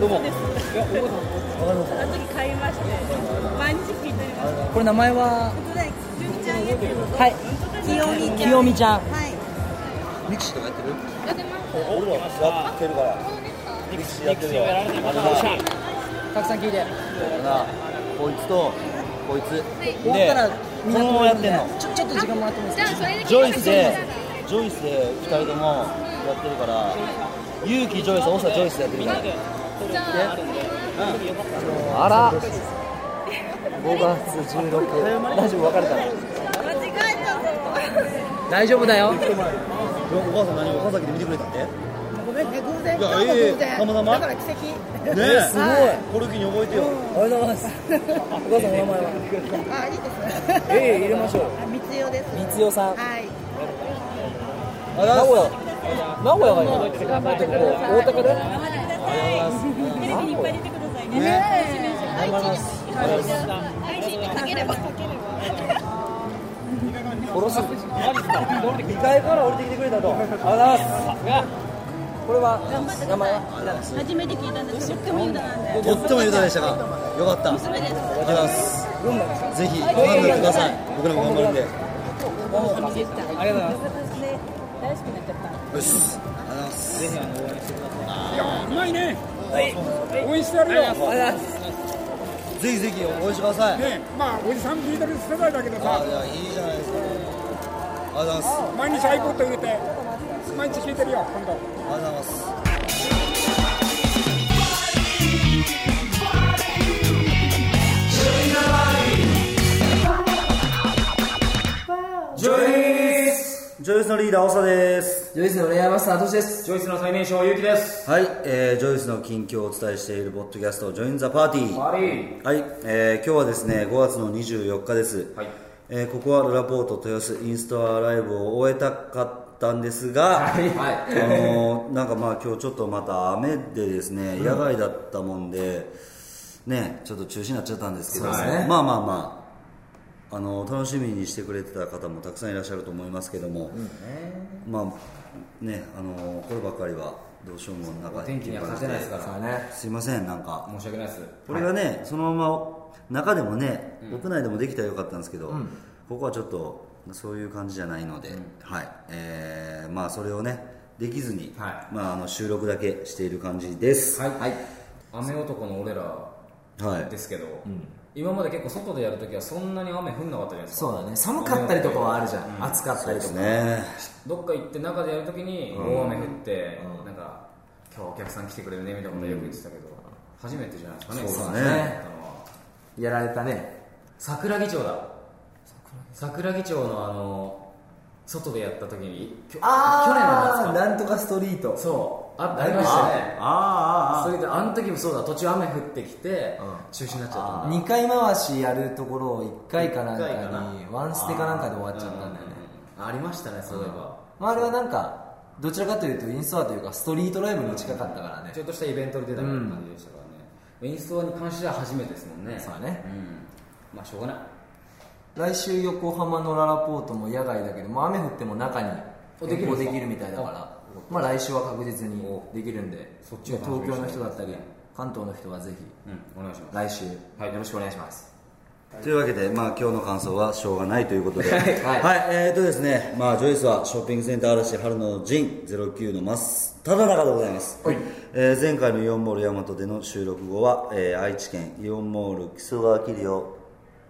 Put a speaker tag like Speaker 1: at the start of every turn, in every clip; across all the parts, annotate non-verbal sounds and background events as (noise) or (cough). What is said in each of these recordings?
Speaker 1: どこ
Speaker 2: 好きです
Speaker 1: いや覚えてますわかります
Speaker 2: あの時買いまして毎日聞いてます
Speaker 3: これ名前は
Speaker 2: 本当だゆみちゃんやってる
Speaker 3: はい
Speaker 2: 清美ちゃん
Speaker 3: 清美ちゃん
Speaker 2: はい
Speaker 1: ミクシーとかやってる
Speaker 4: やってます。
Speaker 1: お俺はやってるから
Speaker 4: そうですか。
Speaker 1: ミクシーやってるよあ
Speaker 3: た
Speaker 1: のな
Speaker 3: くさん聞いて
Speaker 1: なこいつとこいつ
Speaker 4: はい。
Speaker 3: 終わったらみんな
Speaker 1: このままやってんの
Speaker 3: ちょちょっと時間もらってもいいで
Speaker 4: じゃ
Speaker 3: すか
Speaker 4: あそれで
Speaker 1: ジョイスで
Speaker 4: 聞いてください
Speaker 1: ジョイスで2人ともやってるから勇気ジョイス長ジョイスでやってるから
Speaker 4: じゃあ
Speaker 1: あら5月16大丈夫別れたの
Speaker 2: 間違えたぞ
Speaker 3: 大丈夫だよ
Speaker 1: お母さん何岡崎で見てくれたってね
Speaker 5: ごめんね、偶然。
Speaker 1: いや
Speaker 5: 今日の
Speaker 1: ええ
Speaker 5: 偶然。
Speaker 1: たまたま
Speaker 5: だから奇跡。
Speaker 1: え
Speaker 3: えすごいあ
Speaker 1: これを機に覚えて
Speaker 3: り
Speaker 1: よ
Speaker 3: がとうございますお母さんお名前は
Speaker 5: あ、いいですね。
Speaker 3: ええ入れましょう
Speaker 5: あ、 (laughs) 三代です。
Speaker 3: 三代さん
Speaker 5: はい。
Speaker 1: あら
Speaker 3: 名古屋名古屋がいいな大阪で
Speaker 2: 頑張ってくださいテレビにいっぱい出てくださいね
Speaker 1: 頑張ります
Speaker 4: 愛知にかければ。
Speaker 3: 殺す
Speaker 1: 2階から降りてきてくれたと
Speaker 3: ありがとうございます。これは名前は
Speaker 2: 初めて聞いたんですけどとってもいい歌なんで
Speaker 1: とっても豊かでしたかよかったありがとう
Speaker 2: 娘です
Speaker 1: ございます
Speaker 3: 群馬ですか。
Speaker 1: ぜひ頼んでください僕らも頑張るんで
Speaker 3: ありがとうございます。
Speaker 2: 私ね大好きになっちゃった
Speaker 1: よしありがとうございます
Speaker 6: はい、応援してやるよ、
Speaker 3: ありがとうございます。
Speaker 1: ぜひぜひ応援してください
Speaker 6: ね、まあおじさんビートルズ世代だけど
Speaker 1: あ
Speaker 6: さ
Speaker 1: い、やいいじゃないですかありがとうございます
Speaker 6: 毎日 iPod 入れて、毎日聴いてるよ、今度。
Speaker 1: ありがとうございます
Speaker 7: ジョイスジョイスのリーダー、長です。
Speaker 3: ジョイスのレイヤーマスター、トシです。
Speaker 7: ジョイスの最年少、ゆうきです。
Speaker 1: はい、えー、ジョイスの近況をお伝えしているポッドキャスト、ジョインザパーティー。
Speaker 7: マリー。
Speaker 1: はい、えー、今日はですね、5月の24日です。
Speaker 7: はい
Speaker 1: えーここはルラポート豊洲インストアライブを終えたかったんですが、
Speaker 7: はいはい
Speaker 1: あのーなんかまあ今日ちょっとまた雨でですね、野外だったもんで、ね、ちょっと中止になっちゃったんですけど、
Speaker 7: そうですね
Speaker 1: まあまあまあ。あのー楽しみにしてくれてた方もたくさんいらっしゃると思いますけども、まあねあのーこればっかりはどうしようもなかった
Speaker 7: 天気には勝てないですからね。
Speaker 1: すいませんなんか
Speaker 7: 申し訳ないです。
Speaker 1: これがね、そのまま中でもね、屋内でもできたらよかったんですけど、ここはちょっとそういう感じじゃないので、はいえーまあそれをねできずに、
Speaker 7: は
Speaker 1: まあ、あの収録だけしている感じです
Speaker 7: はい。はい。雨男の俺ら
Speaker 1: はい、
Speaker 7: ですけど、今まで結構外でやるときはそんなに雨降んなかったじゃないですか。
Speaker 8: そうだね寒かったりとかはあるじゃん、暑かったりとか、
Speaker 1: ね
Speaker 7: どっか行って中でやるときに大雨降って、なんか、今日お客さん来てくれるねみたいなことよく言ってたけど、初めてじゃないですか
Speaker 1: そ
Speaker 7: ね、
Speaker 1: うだね
Speaker 7: そんなのやったのは
Speaker 8: やられたね
Speaker 7: 桜木町だ桜木町のあの外でやった時にきょ去年の夏か
Speaker 8: なんとかストリート
Speaker 7: そうあありましたね
Speaker 8: あ
Speaker 7: それであの時もそうだ途中雨降ってきて、中止になっちゃったんだ
Speaker 8: 2回回しやるところを1回かなんか
Speaker 7: 一回か
Speaker 8: にワンステかなんかで終わっちゃったんだよね
Speaker 7: うんありましたねそういえば、
Speaker 8: まああれはなんかどちらかというとインストアというかストリートライブに近かったからね
Speaker 7: ちょっとしたイベントで出たみたいな感じでしたからね、インストアに関しては初めてですもんね
Speaker 8: そうだね
Speaker 7: うんまあしょうがない
Speaker 8: 来週横浜のララポートも野外だけど、まあ、雨降っても中に
Speaker 7: おでき
Speaker 8: 結
Speaker 7: るんで
Speaker 8: 構
Speaker 7: す
Speaker 8: で
Speaker 7: か
Speaker 8: きるみたいだからまあ来週は確実にできるんで
Speaker 7: そっちを
Speaker 8: 東
Speaker 7: 楽しみに
Speaker 8: 京の
Speaker 7: して
Speaker 8: 人
Speaker 7: ま
Speaker 8: だ
Speaker 7: す
Speaker 8: ったり関東の人はぜひ
Speaker 7: うんお願いします
Speaker 8: 来週
Speaker 7: はい
Speaker 8: よろしくお願いします
Speaker 1: というわけで、まあ、今日の感想はしょうがないということで、はいえーとですね、まあ、ジョイスはショッピングセンター嵐春の陣09の真っただ中でございます、えー前回のイオンモール大和での収録後は、えー愛知県イオンモール木曽川桐生、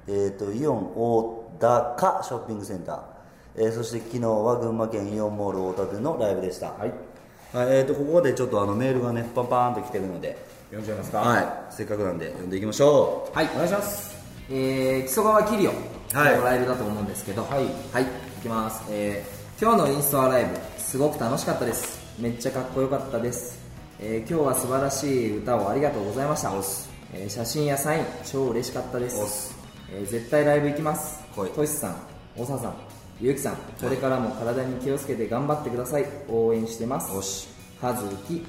Speaker 1: えー、とイオン大高ショッピングセンター、えーそして昨日は群馬県イオンモール大田でのライブでした、はいえー、とここでちょっとあのメールがねパンパーンと来てるので、
Speaker 7: 呼んじゃいますか
Speaker 1: はい、せっかくなんで読んでいきましょう
Speaker 7: はい、お願いします
Speaker 8: えー、木曽川キリオ
Speaker 1: はい
Speaker 8: のライブだと思うんですけど
Speaker 7: はい
Speaker 8: はい、いきます、えー今日のインストアライブすごく楽しかったですめっちゃかっこよかったです、えー今日は素晴らしい歌をありがとうございましたえー写真やサイン超嬉しかったで
Speaker 1: おっ
Speaker 8: す
Speaker 1: す
Speaker 8: えー絶対ライブ行きます
Speaker 1: 来い
Speaker 8: トシさん大沢さんゆうきさんこれからも体に気をつけて頑張ってください応援してます
Speaker 1: おし
Speaker 8: はずき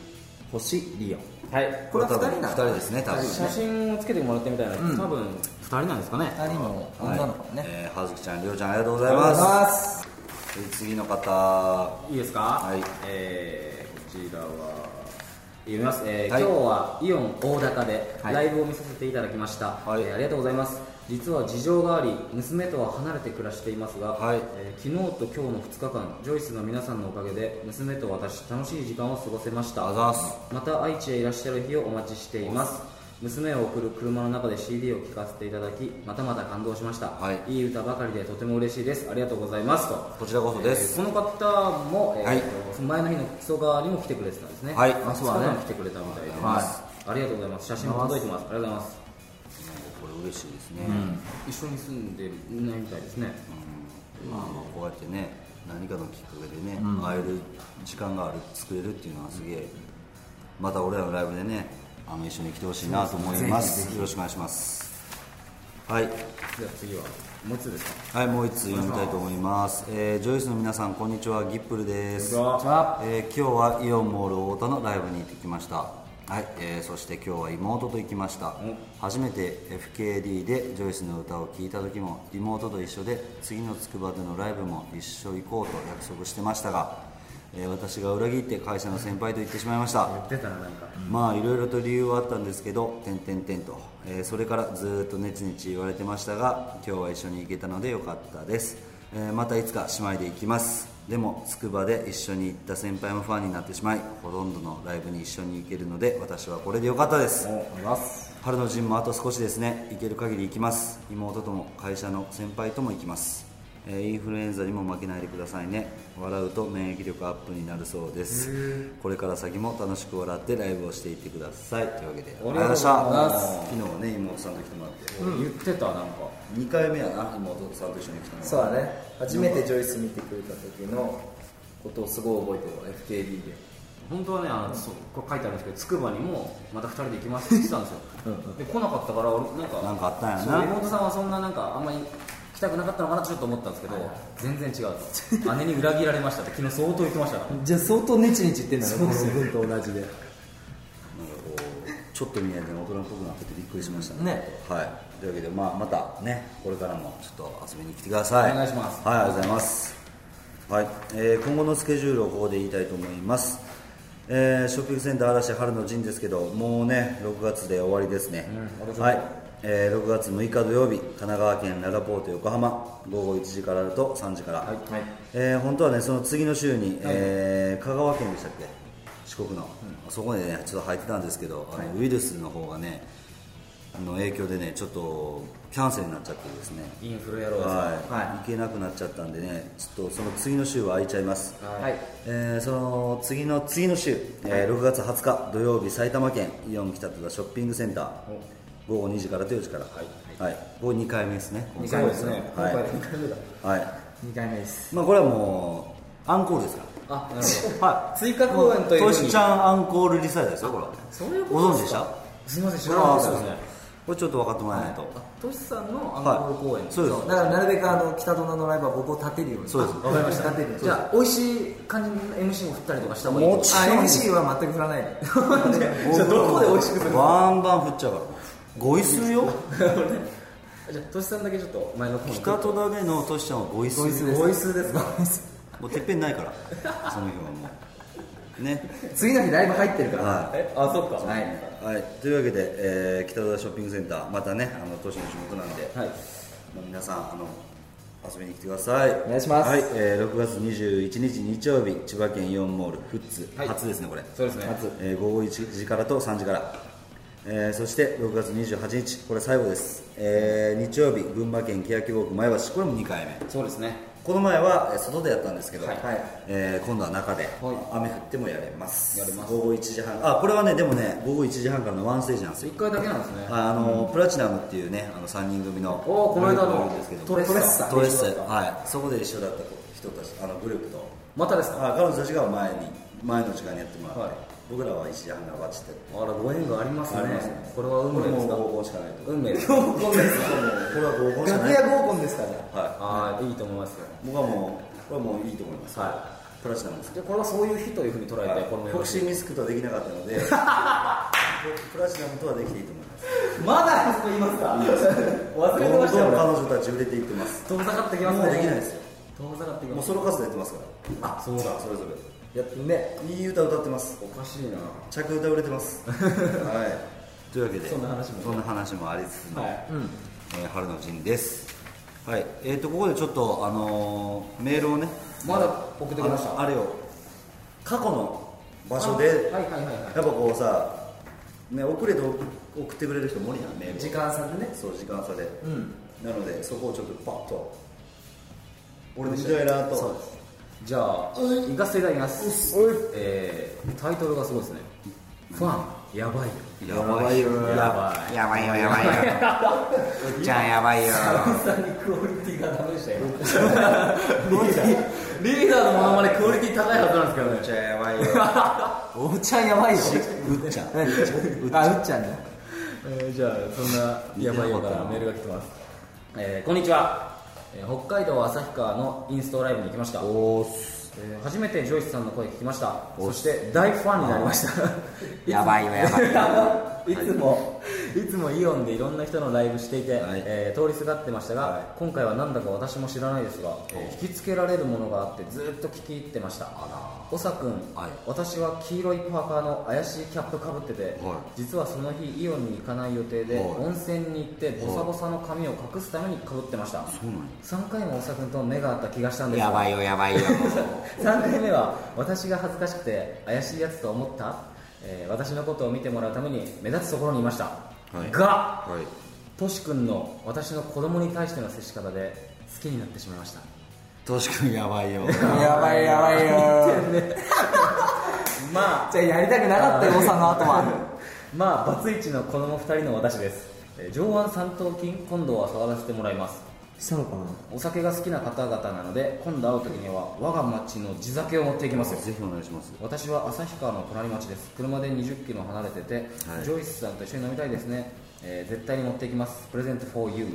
Speaker 8: 星リオ
Speaker 7: はい
Speaker 8: これは二人なの
Speaker 1: 二人ですね多分
Speaker 7: 写真をつけてもらってみたいな、多分2人なんですかね
Speaker 8: 2人の女の子ね、
Speaker 1: えー、はずきちゃん、りょうちゃん、ありがとうござい
Speaker 8: ありがとう
Speaker 1: ま
Speaker 8: ござい
Speaker 1: す。
Speaker 8: ます
Speaker 1: 次の方、はい
Speaker 7: いですか
Speaker 1: はい
Speaker 7: えー、こちらは読みます、えー
Speaker 1: はい
Speaker 7: 今日はイオン大高で
Speaker 8: はい
Speaker 7: ライブを見させていただきました、
Speaker 1: はい
Speaker 7: えーありがとうございます実は事情があり娘とは離れて暮らしていますが、
Speaker 1: はい
Speaker 7: えー昨日と今日の2日間ジョイスの皆さんのおかげで娘と私楽しい時間を過ごせました
Speaker 1: あざーす
Speaker 7: また愛知へいらっしゃる日をお待ちしています娘を送る車の中で CD を聴かせていただきまたまた感動しました、、
Speaker 1: はい
Speaker 7: い歌ばかりでとても嬉しいですありがとうございますと
Speaker 1: こちらこそです
Speaker 7: えーこの方も、えー
Speaker 1: はい
Speaker 7: その前の日の基礎側にも来てくれてたんですね
Speaker 1: はい
Speaker 7: あ
Speaker 1: あ
Speaker 7: そう
Speaker 1: そうだね
Speaker 7: 来てくれたみたいです、
Speaker 1: はい
Speaker 7: ありがとうございます写真も届いてますありがとうございます
Speaker 1: これ嬉しいですね、
Speaker 7: 一緒に住んでないみたいですね
Speaker 1: まあ、まあこうやってね何かのきっかけでね、会える時間がある作れるっていうのはすげえまた俺らのライブでねあの一緒に来てほしいなと思いますよろしくお願いしますはい
Speaker 7: じゃあ次はもう一つですか
Speaker 1: はい、もう一通読みたいと思います、えージョイスの皆さんこんにちはギップルです、え
Speaker 7: こんにちは
Speaker 1: ー今日はイオンモール太田のライブに行ってきましたはい、えーそして今日は妹と行きました初めて FKD でジョイスの歌を聴いた時も妹と一緒で次のつくばでのライブも一緒行こうと約束してましたが、えー私が裏切って会社の先輩と言ってしまいました
Speaker 7: 出たななんか
Speaker 1: まあいろいろと理由はあったんですけど、点々点と、えーそれからずーっとねちねち言われてましたが、今日は一緒に行けたのでよかったです、えーまたいつか姉妹で行きます、でも、つくばで一緒に行った先輩もファンになってしまい、ほとんどのライブに一緒に行けるので、私はこれでよかったです。春の陣もあと少しですね行ける限り行きます妹とも会社の先輩とも行きます、えーインフルエンザにも負けないでくださいね笑うと免疫力アップになるそうですこれから先も楽しく笑ってライブをしていってくださいというわけでありがとうございました昨日はね妹さんと来てもらって、
Speaker 7: 言ってたなんか
Speaker 1: 2回目やな妹さんと一緒に来てもらって
Speaker 8: そうだね初めてジョイス見てくれた時のことをすごい覚えてるわ FKD で
Speaker 7: 本当はねあのそうこれ書いてあるんですけどつくばにもまた2人で行きますって言ってたんですよで来なかったから俺なんか
Speaker 1: なんかあったんやな
Speaker 7: そう妹さんはそんななんかあんまり来たくなかったのかなってちょっと思ったんですけど、全然違うと姉に裏切られましたって昨日相当言ってましたから
Speaker 8: じゃあ相当ネチネチ言ってんだねこの分と同じで
Speaker 1: なんかこうちょっと見えて大人っぽくなっててびっくりしましたね
Speaker 8: ね
Speaker 1: はいというわけで、まあ、またねこれからもちょっと遊びに来てください
Speaker 7: お願いします
Speaker 1: はいありがとうございますはい、えー今後のスケジュールをここで言いたいと思いますえーショッピングセンター嵐春の陣ですけどもうね6月で終わりですね、はい、えー6月6日土曜日神奈川県ララポート横浜午後1時からと3時から、えー本当はねその次の週に、えー香川県でしたっけ四国の、そこでねちょっと入ってたんですけどあの、ウイルスの方がねあの影響でねちょっとキャンセルになっちゃってですね
Speaker 7: インフルエロ
Speaker 1: はい、
Speaker 8: は
Speaker 1: 行けなくなっちゃったんでねちょっとその次の週は空いちゃいます、
Speaker 8: はい
Speaker 1: えーその次の次の週、えー6月20日土曜日埼玉県イオン北戸田ショッピングセンター午後2時からと4時からはい、はい、これ2回目ですね
Speaker 7: 2回目ですね
Speaker 1: はい、はい
Speaker 8: 2回目です
Speaker 1: まあ、これはもうアンコールですか
Speaker 7: あなるほ
Speaker 1: らはい
Speaker 7: 追加公演というふうに
Speaker 1: トシちゃんアンコールリサイタルですよこれは
Speaker 7: そういうこと
Speaker 1: ご存知
Speaker 7: で
Speaker 1: ですした
Speaker 7: かどすいません知らな
Speaker 1: あ
Speaker 7: か
Speaker 1: あ
Speaker 7: った
Speaker 1: そう
Speaker 7: で
Speaker 1: ですす
Speaker 7: ね
Speaker 1: ねこれちょっと分かってもらえないと、
Speaker 7: あトシさんのアンコール公演、
Speaker 1: はい、そうです
Speaker 8: だからなるべくあの北殿のライブは僕を立てるように
Speaker 1: そうです
Speaker 8: わかりました立てるように
Speaker 7: じゃあ美味しい感じの MC も振ったりとかした方がいい
Speaker 1: もちろん
Speaker 8: あ MC は全く振らないで (laughs)
Speaker 1: じゃあどこで美味しくするバンバン振っちゃうからごいする
Speaker 7: (laughs)
Speaker 1: よ
Speaker 7: じゃあトシさんだけちょっと前の方に
Speaker 1: 北戸田でのトシちゃんはごいす
Speaker 8: ボ
Speaker 1: る
Speaker 8: イスですボイスですボイス
Speaker 1: もうてっぺんないからその日はもうね
Speaker 8: 次の日ライブ入ってるから
Speaker 1: は
Speaker 7: えあそっか
Speaker 8: は
Speaker 7: はいい、
Speaker 1: い、はい、というわけで、えー北戸田ショッピングセンターまたねあの都市の地元なんで、まあ皆さんあの遊びに来てくださいお
Speaker 8: 願いします
Speaker 1: はいえー6月21日日曜日千葉県イオンモールフッツ、初ですねこれ
Speaker 7: そうですね
Speaker 1: えー午後1時からと3時から、えーそして6月28日これ最後です、えー日曜日群馬県欅郷区前橋これも2回目
Speaker 7: そうですね
Speaker 1: この前はえー外でやったんですけど、
Speaker 7: はい
Speaker 1: えー今度は中で、雨降ってもやれます
Speaker 7: やれます
Speaker 1: 午後1時半あこれはねでもね午後1時半からのワンステージなんですよ
Speaker 7: 一回だけなんですね
Speaker 1: あの、プラチナムっていうねあの3人組の
Speaker 7: おーこの間の
Speaker 1: グループがいるんですけど
Speaker 7: トレッサ
Speaker 1: トレッサはいそこで一緒だった人たちあのグループと
Speaker 7: またですか
Speaker 1: あ彼女たちが前に前の時間にやってもらって、
Speaker 7: はい
Speaker 1: 僕らは1時半からバチって
Speaker 7: あらご縁がありますね
Speaker 1: ありますね
Speaker 7: これは運
Speaker 1: これ
Speaker 7: 命で
Speaker 1: も
Speaker 7: す
Speaker 1: う
Speaker 7: か
Speaker 1: 合コンしかないと
Speaker 7: 運命ですか
Speaker 1: これは合コンしか
Speaker 8: 楽
Speaker 1: ない
Speaker 8: 屋合コンですから
Speaker 1: は
Speaker 7: ああいいと思いますよ
Speaker 1: い僕はもうこれはもういいと思います、
Speaker 7: は
Speaker 1: プラチナムです
Speaker 7: でこれはそういう日というふうに捉えて、これもよ
Speaker 1: フ
Speaker 7: ろ
Speaker 1: ク
Speaker 7: し
Speaker 1: シ
Speaker 7: い
Speaker 1: ーミスクとはできなかったのでプラチナムとはできていいと思います
Speaker 8: まだあそこいますか忘れて
Speaker 1: ど
Speaker 8: ま
Speaker 1: ん
Speaker 8: した
Speaker 1: どん
Speaker 8: よ
Speaker 1: 彼女たち売れていってます
Speaker 7: 遠ざかってきま
Speaker 1: も
Speaker 7: す
Speaker 1: う
Speaker 7: ね
Speaker 1: できないですよ
Speaker 7: 遠ざかってき
Speaker 1: も
Speaker 7: ま
Speaker 1: う
Speaker 7: す
Speaker 1: ソロ活動やってますから
Speaker 7: あそうだ
Speaker 1: それぞれ
Speaker 7: い
Speaker 8: やってんね
Speaker 1: いい歌歌ってます
Speaker 7: おかしいな
Speaker 1: 着歌売れてます (laughs) はいというわけで
Speaker 7: そんな話も
Speaker 1: そんな話もありつつの、
Speaker 7: はい
Speaker 1: えー春の陣ですはいえー、とここでちょっと、あのーメールをね
Speaker 7: まだ送ってきました
Speaker 1: あのあれを過去の場所で、
Speaker 7: はいはいはいはい
Speaker 1: やっぱこうさ、ね、遅れて送送ってくれる人もおるやんメール
Speaker 8: 時間差でね
Speaker 1: そう時間差で、
Speaker 8: うん
Speaker 1: なのでそこをちょっとパッと俺の時代なと
Speaker 7: そうですじゃあ行かせていただきますえータイトルがすごいですねファンやばいよ
Speaker 1: やばいよ
Speaker 7: やばい
Speaker 1: やばいよやばいようっちゃんやばいよ
Speaker 8: さにクオリティがダメでしたよリーダーのままでクオリティ高いはずなんですけどね
Speaker 1: うっちゃんやばいよ
Speaker 8: おっちゃんやばいよ
Speaker 1: うっちゃん
Speaker 8: あ、うっちゃんね
Speaker 7: えーじゃあそんな
Speaker 1: 似て
Speaker 7: や
Speaker 1: な
Speaker 7: ばい
Speaker 1: か
Speaker 7: よ
Speaker 1: ったな
Speaker 7: からメールが来てます、えーこんにちは、えー北海道旭川のインストライブに来ました、
Speaker 1: おー
Speaker 7: えー初めてジョイスさんの声聞きましたそして大ファンになりました
Speaker 1: やばいよやばいよ
Speaker 7: (laughs) いつも、いつもイオンでいろんな人のライブしていて、
Speaker 1: はい
Speaker 7: えー通りすがってましたが、今回はなんだか私も知らないですが、えー引きつけられるものがあってずっと聞き入ってましたおさくん、
Speaker 1: はい
Speaker 7: 私は黄色いパーカーの怪しいキャップかぶってて、実はその日イオンに行かない予定で、
Speaker 1: はい
Speaker 7: 温泉に行ってボサボサの髪を隠すためにかぶってました、
Speaker 1: そうなんや
Speaker 7: 3回もおさくんと目が合った気がしたんですが
Speaker 1: やばいよやばいよ
Speaker 7: 3回目は私が恥ずかしくて怪しいやつと思った、えー私のことを見てもらうために目立つところにいました、
Speaker 1: い
Speaker 7: が
Speaker 1: はい
Speaker 7: トシ君の私の子供に対しての接し方で好きになってしまいました
Speaker 1: とし君やばいよ
Speaker 8: やばいやばいよ
Speaker 7: まあ
Speaker 8: じゃあやりたくなかったよおさんの後は
Speaker 7: まあバツイチの子供2人の私です、えー上腕三頭筋今度は触らせてもらいます
Speaker 8: したのかな
Speaker 7: お酒が好きな方々なので今度会う時には我が町の地酒を持っていきますよ
Speaker 1: ぜひお願いします
Speaker 7: 私は旭川の隣町です車で2 0キロ離れてて、
Speaker 1: はい
Speaker 7: ジョイスさんと一緒に飲みたいですね、えー絶対に持っていきますプレゼント for you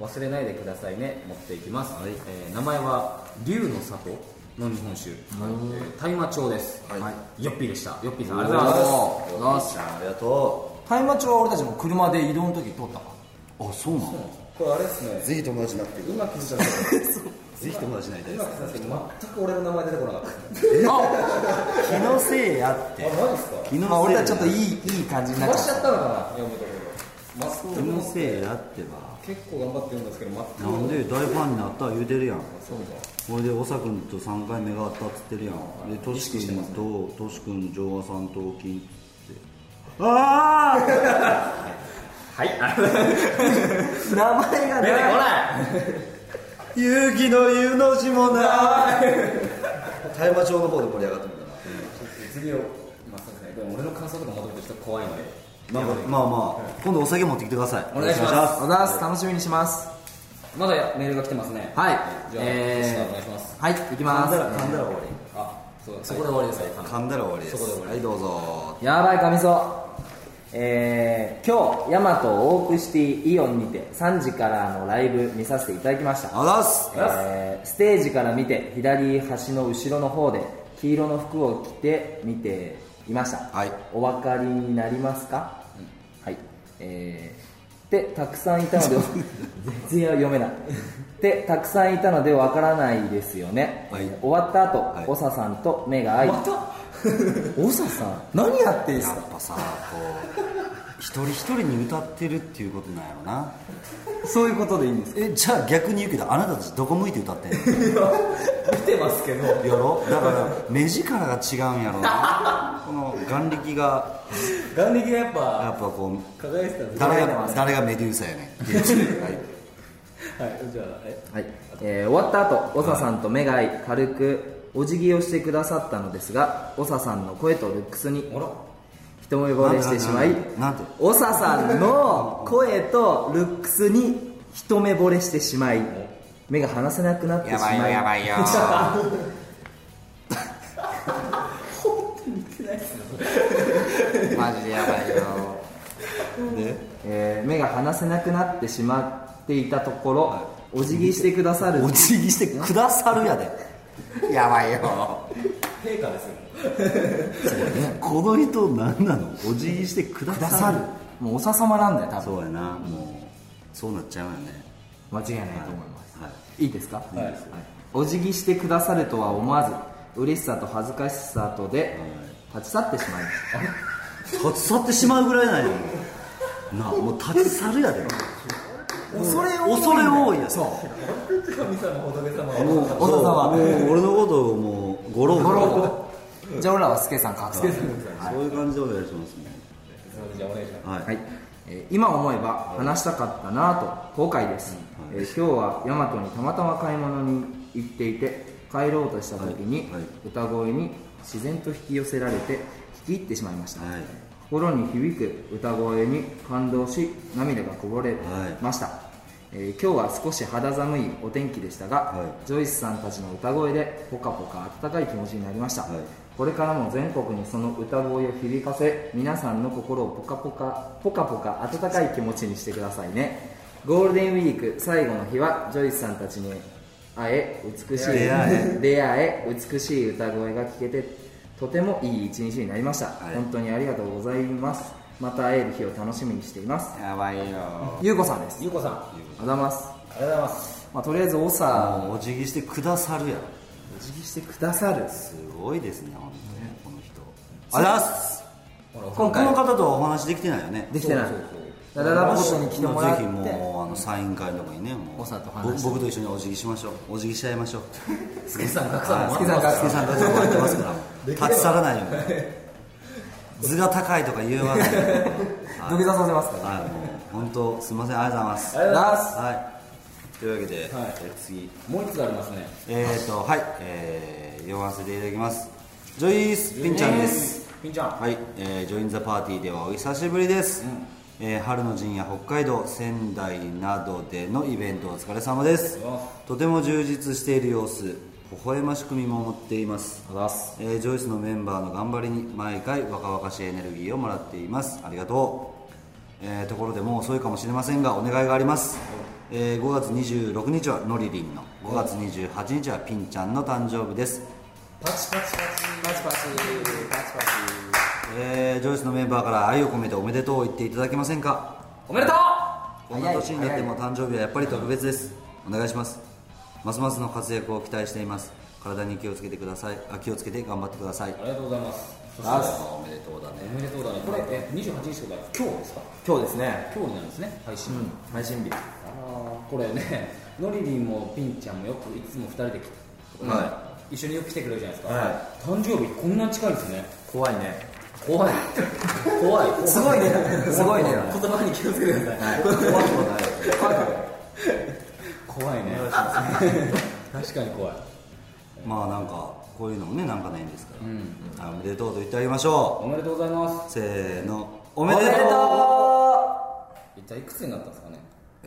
Speaker 7: 忘れないでくださいね持っていきます、
Speaker 1: はい
Speaker 7: えー名前は龍の里の日本酒、えー大麻町です、
Speaker 1: はい
Speaker 7: ヨッピーでしたヨッピーさんありがとうございます
Speaker 1: よしありがと
Speaker 8: 大麻町は俺たちも車で移動の時通ったか
Speaker 1: うあそうなの
Speaker 7: これあれですね
Speaker 1: ぜひ友達になって
Speaker 7: 今気づいたんですけど
Speaker 1: (laughs) ぜひ友達になりたいで
Speaker 7: 今気づいたんですけど全く俺の名前出てこなかったですね
Speaker 1: す気のせいやって
Speaker 7: あマジですか
Speaker 1: 気のせい
Speaker 8: まあ俺たちちょっといいいい感じになっ
Speaker 7: 飛ば
Speaker 8: ちゃ
Speaker 7: し
Speaker 8: っ
Speaker 7: ちゃ
Speaker 8: た
Speaker 7: (laughs) ったのかな読むところ全
Speaker 1: 気
Speaker 7: く
Speaker 1: のせいやってば
Speaker 7: 結構頑張って読んだんですけど全く
Speaker 1: なんで大ファンになった言うてるやん
Speaker 7: そうか
Speaker 1: これで長君と3回目があったっつってるやんでトシ君とトシ君上和さんと金ってああ
Speaker 7: はいあ出てこない
Speaker 8: 名前がね
Speaker 1: 勇気の言うの字も
Speaker 7: (laughs)
Speaker 1: ない大麻町の方で盛り上がってるか
Speaker 7: 次を、まあ、そうですね、でも俺の感想とかまとめてちょっと怖いので、
Speaker 1: らなんかまあまあ今度お酒持ってきてください
Speaker 7: お願いします
Speaker 8: おだす楽しみにします
Speaker 7: まだやメールが来てますね。
Speaker 8: はい
Speaker 7: じゃあ、
Speaker 8: えー
Speaker 7: 吉川お願いします。
Speaker 8: はい行きます
Speaker 1: 噛んだら終わ
Speaker 7: あ、そう、そこで終わりですね。
Speaker 1: り噛んだら終わりです
Speaker 7: そこで終わり
Speaker 1: はいどうぞ
Speaker 8: やばいかみそえー、今日ヤマトオークシティイオンにて3時からのライブ見させていただきました
Speaker 1: あざっす
Speaker 8: えーステージから見て左端の後ろの方で黄色の服を着て見ていました、
Speaker 1: はい
Speaker 8: お分かりになりますか、はいえーでたくさんいたので全然読めないでたくさんいたのでわからないですよね、
Speaker 1: はい
Speaker 8: 終わった後、
Speaker 1: はい
Speaker 8: おささんと目が合いまた (laughs) おささん何やってんす
Speaker 1: や
Speaker 8: か
Speaker 1: っぱさこう一人一人に歌ってるっていうことなんやろな
Speaker 8: そういうことでいいんですか
Speaker 1: えじゃあ逆に言うけどあなたたちどこ向いて歌ってんの
Speaker 8: 見てますけど
Speaker 1: やろだから目力が違うんやろなこの眼力が
Speaker 8: 眼力がやっぱ
Speaker 1: やっぱこう
Speaker 8: 輝いてたん
Speaker 1: 誰が誰がメデューサやねんはい
Speaker 8: はい、じゃあ、はい、えー終わった後、オサさんと目が合い、軽くお辞儀をしてくださったのですが、オサさんの声とルックスに。一目惚れしてしまい
Speaker 1: なんてなんてなんて、
Speaker 8: オサさんの声とルックスに一目惚れしてしまい、目が離せなくなってしまい、
Speaker 1: やばい
Speaker 8: (laughs)
Speaker 1: よやマジでやばいよで
Speaker 8: えー目が離せなくなってしまっていたところ、お辞儀してくださる
Speaker 1: お辞儀してくださるやでやばいよ
Speaker 7: 陛下ですよ。
Speaker 1: この人何なのお辞儀してくだ
Speaker 8: くだ
Speaker 1: さ
Speaker 8: さ
Speaker 1: る
Speaker 8: る、もうおささまなんだよ、多分
Speaker 1: そうやなもうそうなっちゃうよね
Speaker 8: 間違いないと思います。
Speaker 1: はい
Speaker 8: いいですか、
Speaker 1: いいです
Speaker 8: お辞儀してくださるとは思わず嬉しさと恥ずかしさとで立ち去ってしまいました
Speaker 1: 立ち去ってしまうぐらいなんやなあもう立ち去るやで恐れ多い恐れ多いやそう神様仏様もうもう俺のことをもう五郎五郎
Speaker 8: じゃあ俺らはスケさんかスケさん
Speaker 1: そういう感じでお願いしますねはい
Speaker 8: はい、えー今思えば話したかったなぁと後悔です、えー今日はヤマトにたまたま買い物に行っていて帰ろうとした時に、
Speaker 1: はいはい
Speaker 8: 歌声に自然と引き寄せられて聞き入ってしまいました、
Speaker 1: はい
Speaker 8: 心に響く歌声に感動し涙がこぼれました、えー今日は少し肌寒いお天気でしたが、
Speaker 1: はい
Speaker 8: ジョイスさんたちの歌声でポカポカ温かい気持ちになりました、
Speaker 1: はい
Speaker 8: これからも全国にその歌声を響かせ皆さんの心をポカポカポカポカ温かい気持ちにしてくださいねゴールデンウィーク最後の日はジョイスさんたちに会え美しい
Speaker 1: 出会え
Speaker 8: 出会え美しい歌声が聞けてとてもいい一日になりました、
Speaker 1: はい
Speaker 8: 本当にありがとうございますまた会える日を楽しみにしています
Speaker 1: やばいよ
Speaker 8: ゆうこさんです
Speaker 7: ゆうこさん、
Speaker 8: あざます
Speaker 7: ありがとうございます。
Speaker 8: まあ、とりあえず長さ
Speaker 1: お辞儀してくださるや
Speaker 8: お辞儀してくださる
Speaker 1: すごいですね本当にこの人ありがとうございます
Speaker 8: 今回
Speaker 1: この方とはお話できてないよね
Speaker 8: できてないラララボットに来てもらって
Speaker 1: ぜひもうあのサイン会のとこにねもう
Speaker 8: 長と話して
Speaker 1: ぼ僕と一緒にお辞儀しましょうお辞儀しちゃいましょう
Speaker 7: スケさん、たくさん
Speaker 1: はい
Speaker 7: も
Speaker 1: ス
Speaker 8: ス
Speaker 1: ケ
Speaker 8: ケ
Speaker 1: さん
Speaker 8: さ
Speaker 1: が
Speaker 8: んが
Speaker 1: スケさんがこうやってますから立ち去らないように図が高いとか言わないようにはい
Speaker 8: 土下座させますから、
Speaker 1: はいもう本当すみませんありがとうございます
Speaker 8: ありがとうございます
Speaker 1: はいというわけで、え次
Speaker 7: もう一つありますね。
Speaker 1: えーとはいえー読ませていただきますジョイスピンちゃんです
Speaker 7: ピンちゃん。
Speaker 1: はい、えージョイン・ザ・パーティーではお久しぶりです、えー春の陣や北海道仙台などでのイベントお疲れ様ですとても充実している様子微笑ましく見守っています
Speaker 8: あざます
Speaker 1: えージョイスのメンバーの頑張りに毎回若々しいエネルギーをもらっていますありがとう、えーところでもう遅いかもしれませんがお願いがあります、えー5月26日はのりりんの5月28日はピンちゃんの誕生日です
Speaker 8: パチパチパチパチパチパチパチ
Speaker 1: えージョイスのメンバーから愛を込めておめでとうを言っていただけませんか
Speaker 7: おめでとう
Speaker 1: こんな年になっても誕生日はやっぱり特別ですお願いしますますますの活躍を期待しています体に気をつけてくださいあ気をつけて頑張ってください
Speaker 7: ありがとうございます。そして
Speaker 1: おめでとうだね
Speaker 7: おめでとうだね。これ、え、28日とか、今日ですか
Speaker 8: 今日ですね
Speaker 7: 今日になるんですね、配信。
Speaker 8: うん配信日
Speaker 7: あーこれね、のりりんもピンちゃんもよくいつも2人で来て、
Speaker 1: は
Speaker 7: 一緒によく来てくれるじゃないですか。
Speaker 1: はい
Speaker 7: 誕生日こんな近いんですね。
Speaker 8: 怖いね
Speaker 7: 怖い。怖い。
Speaker 8: すごいねすごいね
Speaker 7: 言葉に気をつけてください。怖いね。確かに怖い。
Speaker 1: まあなんかこういうのもねなんかないんですから、
Speaker 7: ん
Speaker 1: はいおめでとうと言ってあげましょ
Speaker 7: おめでとうございます。
Speaker 1: うせーのお
Speaker 8: お
Speaker 1: めでとう
Speaker 7: 一体いくつになったんですかね。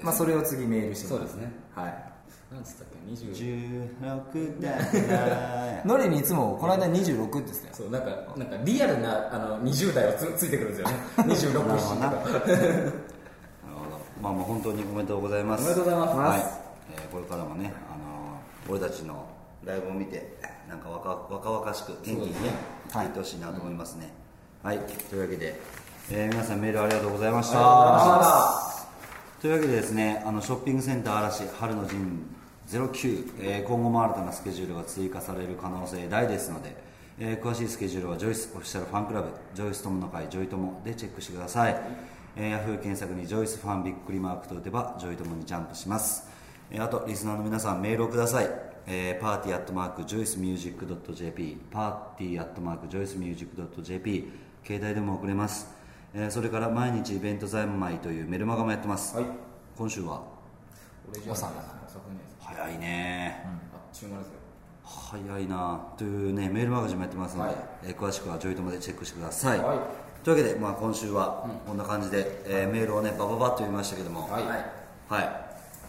Speaker 8: まあそれを次メールして
Speaker 7: そうですね。
Speaker 8: はい
Speaker 7: なんつったっけ、二十。
Speaker 1: 16だから
Speaker 8: ノリにいつもこの間26って言ってたよ
Speaker 7: そうなんかなんかリアルなあの20代をつついてくるんですよね26
Speaker 1: なるほどな
Speaker 7: 歳
Speaker 1: な
Speaker 7: と
Speaker 1: る
Speaker 7: か
Speaker 1: ほど (laughs) まあまあ本当におめでとうございます
Speaker 7: おめでとうございます
Speaker 1: はいえーこれからもね、あのー俺たちのライブを見てなんか若若々しく元気にね生きていってほしいなと思いますねはい、というわけで、えー皆さんメールありがとうございましたというわけでですねあのショッピングセンター嵐春の陣09、えー今後も新たなスケジュールが追加される可能性大ですので、えー詳しいスケジュールはジョイスオフィシャルファンクラブジョイス友の会ジョイ友でチェックしてください、えー、Yahoo 検索にジョイスファンびっくりマークと打てばジョイ友にジャンプします、えーあとリスナーの皆さんメールをくださいえー、パーティーアットマークジョイスミュージックドット JP パーティーアットマークジョイスミュージックドット JP 携帯でも送れます、えーそれから毎日イベント三昧というメルマガもやってます、
Speaker 7: はい
Speaker 1: 今週は
Speaker 7: 俺じゃさんだからそこにです
Speaker 1: 早いね、
Speaker 7: あっちゅう間ですよ
Speaker 1: 早いなというねメールマガジンもやってますので、
Speaker 7: はい
Speaker 1: えー詳しくはジョイトまでチェックしてください、
Speaker 7: はい
Speaker 1: というわけで、まあ、今週はこんな感じで、えーメールをねバババッと読みましたけども
Speaker 7: はい
Speaker 1: はい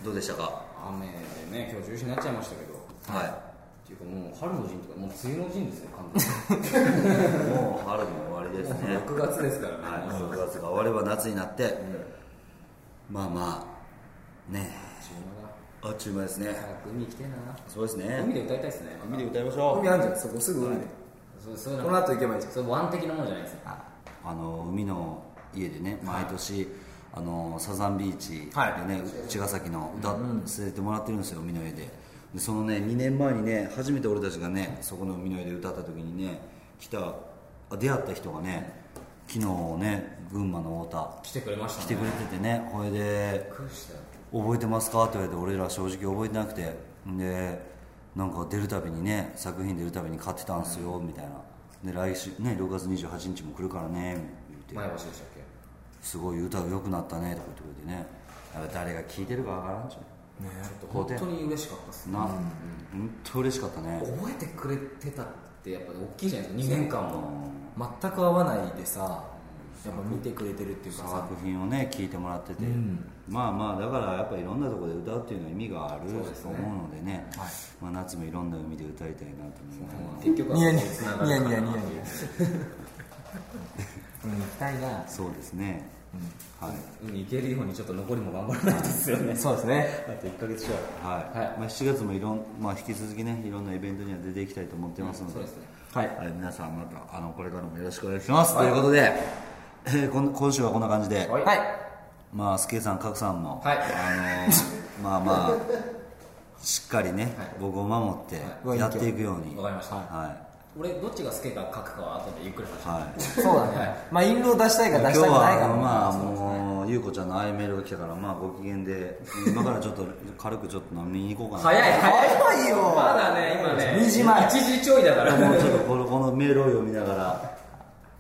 Speaker 1: どうでしたか
Speaker 7: 雨でね今日中止になっちゃいましたけどっ
Speaker 1: は
Speaker 7: ていうかもう春の陣とかもう梅雨の陣ですよ完全
Speaker 1: いもう春も終わりですね
Speaker 7: に6月ですからね、
Speaker 1: はい、
Speaker 7: もう
Speaker 1: 6月が終われば夏になって、まあまあね
Speaker 7: 中
Speaker 1: あっちゅう間ですね
Speaker 7: 間だ早く海来てえな
Speaker 1: そうですね
Speaker 7: 海で歌いたいですね
Speaker 1: 海で歌いましょ
Speaker 8: 海あるんじゃないそこすぐ海で
Speaker 7: そうそういう
Speaker 8: この後行けばいいじゃん
Speaker 7: そうワン的なもんじゃないですよ
Speaker 1: あの海の家でね毎年、あのサザンビーチでね、茅ヶ崎の歌わせてもらってるんですよ海の家ででそのね2年前にね初めて俺たちがねそこの海の家で歌った時にね来たあ出会った人がね昨日ね群馬の太田
Speaker 7: 来てくれましたね
Speaker 1: 来てくれててねこれで
Speaker 7: びっくりしたよ
Speaker 1: 覚えてますかって言われて俺ら正直覚えてなくてでなんか出るたびにね作品出るたびに買ってたんすよみたいなで来週ね6月28日も来るからね言
Speaker 7: 前
Speaker 1: う
Speaker 7: 橋
Speaker 1: て
Speaker 7: でしたっ
Speaker 1: すごい歌が良くなったねとか言ってくれてねやっぱ誰が聴いてるかわからんじゃ
Speaker 7: けねちょっと本当に嬉しかったっす
Speaker 1: ん
Speaker 7: ね
Speaker 1: な本当嬉しかったね
Speaker 7: 覚えてくれてたってやっぱ大きいじゃないですか2年間も全く会わないでさやっぱ見てくれてるっていうかさ
Speaker 1: 作品をね聴いてもらってて、まあまあだからやっぱいろんなところで歌うっていうのは意味がある
Speaker 7: うです
Speaker 1: と
Speaker 7: ね
Speaker 1: 思うのでねまあ、夏もいろんな海で歌いたいなと思います
Speaker 7: 結局は
Speaker 8: ニヤニ
Speaker 7: そこに繋が
Speaker 8: ヤニヤ
Speaker 7: る
Speaker 8: ニ
Speaker 7: か
Speaker 8: ヤ
Speaker 7: ら
Speaker 8: ニヤニヤうん行きたいな
Speaker 1: そうですね、はい
Speaker 7: うんいけるようにちょっと残りも頑張らないとですよね
Speaker 8: そうですね
Speaker 7: あと1ヶ月ちょい
Speaker 1: はい
Speaker 7: はい
Speaker 1: まあ、7月もいろん、まあ、引き続きねいろんなイベントには出ていきたいと思ってますので,、
Speaker 7: そうですね
Speaker 1: はい皆さんまたあのこれからもよろしくお願いします、ということで、えーこん今週はこんな感じで、
Speaker 7: はい
Speaker 8: はい
Speaker 1: まあ、スケさん、賀来さんも、
Speaker 7: はい
Speaker 1: あのまあまあしっかりね、
Speaker 7: はい
Speaker 1: 僕を守って
Speaker 8: はい
Speaker 1: やっていくように、
Speaker 7: わかりました
Speaker 1: は
Speaker 7: 俺どっちが好きか書くかは後でゆっくり話し
Speaker 1: い、はい
Speaker 8: そうだ
Speaker 7: は
Speaker 8: ね
Speaker 7: い
Speaker 8: まあ印籠出したいか
Speaker 1: 今
Speaker 8: 出
Speaker 1: 日
Speaker 8: したくないか
Speaker 1: は
Speaker 8: も
Speaker 1: まあもうゆうこちゃんのああいうメールが来たからまあご機嫌で今からちょっと軽くちょっと飲みに行こうかな
Speaker 7: 早い早い
Speaker 8: 早いよ
Speaker 7: まだね今ね
Speaker 8: 2時前
Speaker 7: 1時ちょいだから
Speaker 1: もうちょっとこのこのメールを読みながら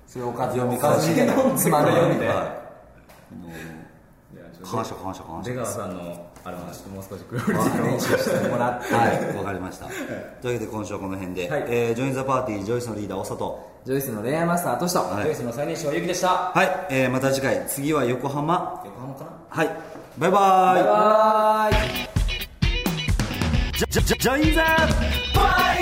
Speaker 8: それおかず
Speaker 1: 読み
Speaker 8: おかずみたいなつまん
Speaker 7: 読
Speaker 8: で読
Speaker 7: ん
Speaker 8: ん
Speaker 7: で
Speaker 8: で
Speaker 1: はいあの感謝感謝感謝
Speaker 7: 出川さんのあれもちょっともう少しクオリティを
Speaker 8: 練習してもらって
Speaker 1: はいわかりましたというわけで今週はこの辺で、
Speaker 7: はい
Speaker 1: えージョイン・ザ・パーティージョイスのリーダーお佐藤
Speaker 8: ジョイスの恋愛マスターとしと
Speaker 1: はい
Speaker 7: ジョイスの最年少ゆきでした
Speaker 1: はい、えーまた次回次は横浜
Speaker 7: 横浜かな
Speaker 1: はいバイバーイ
Speaker 8: バイバイ
Speaker 1: ジョジョジョイン・ザ・パーティー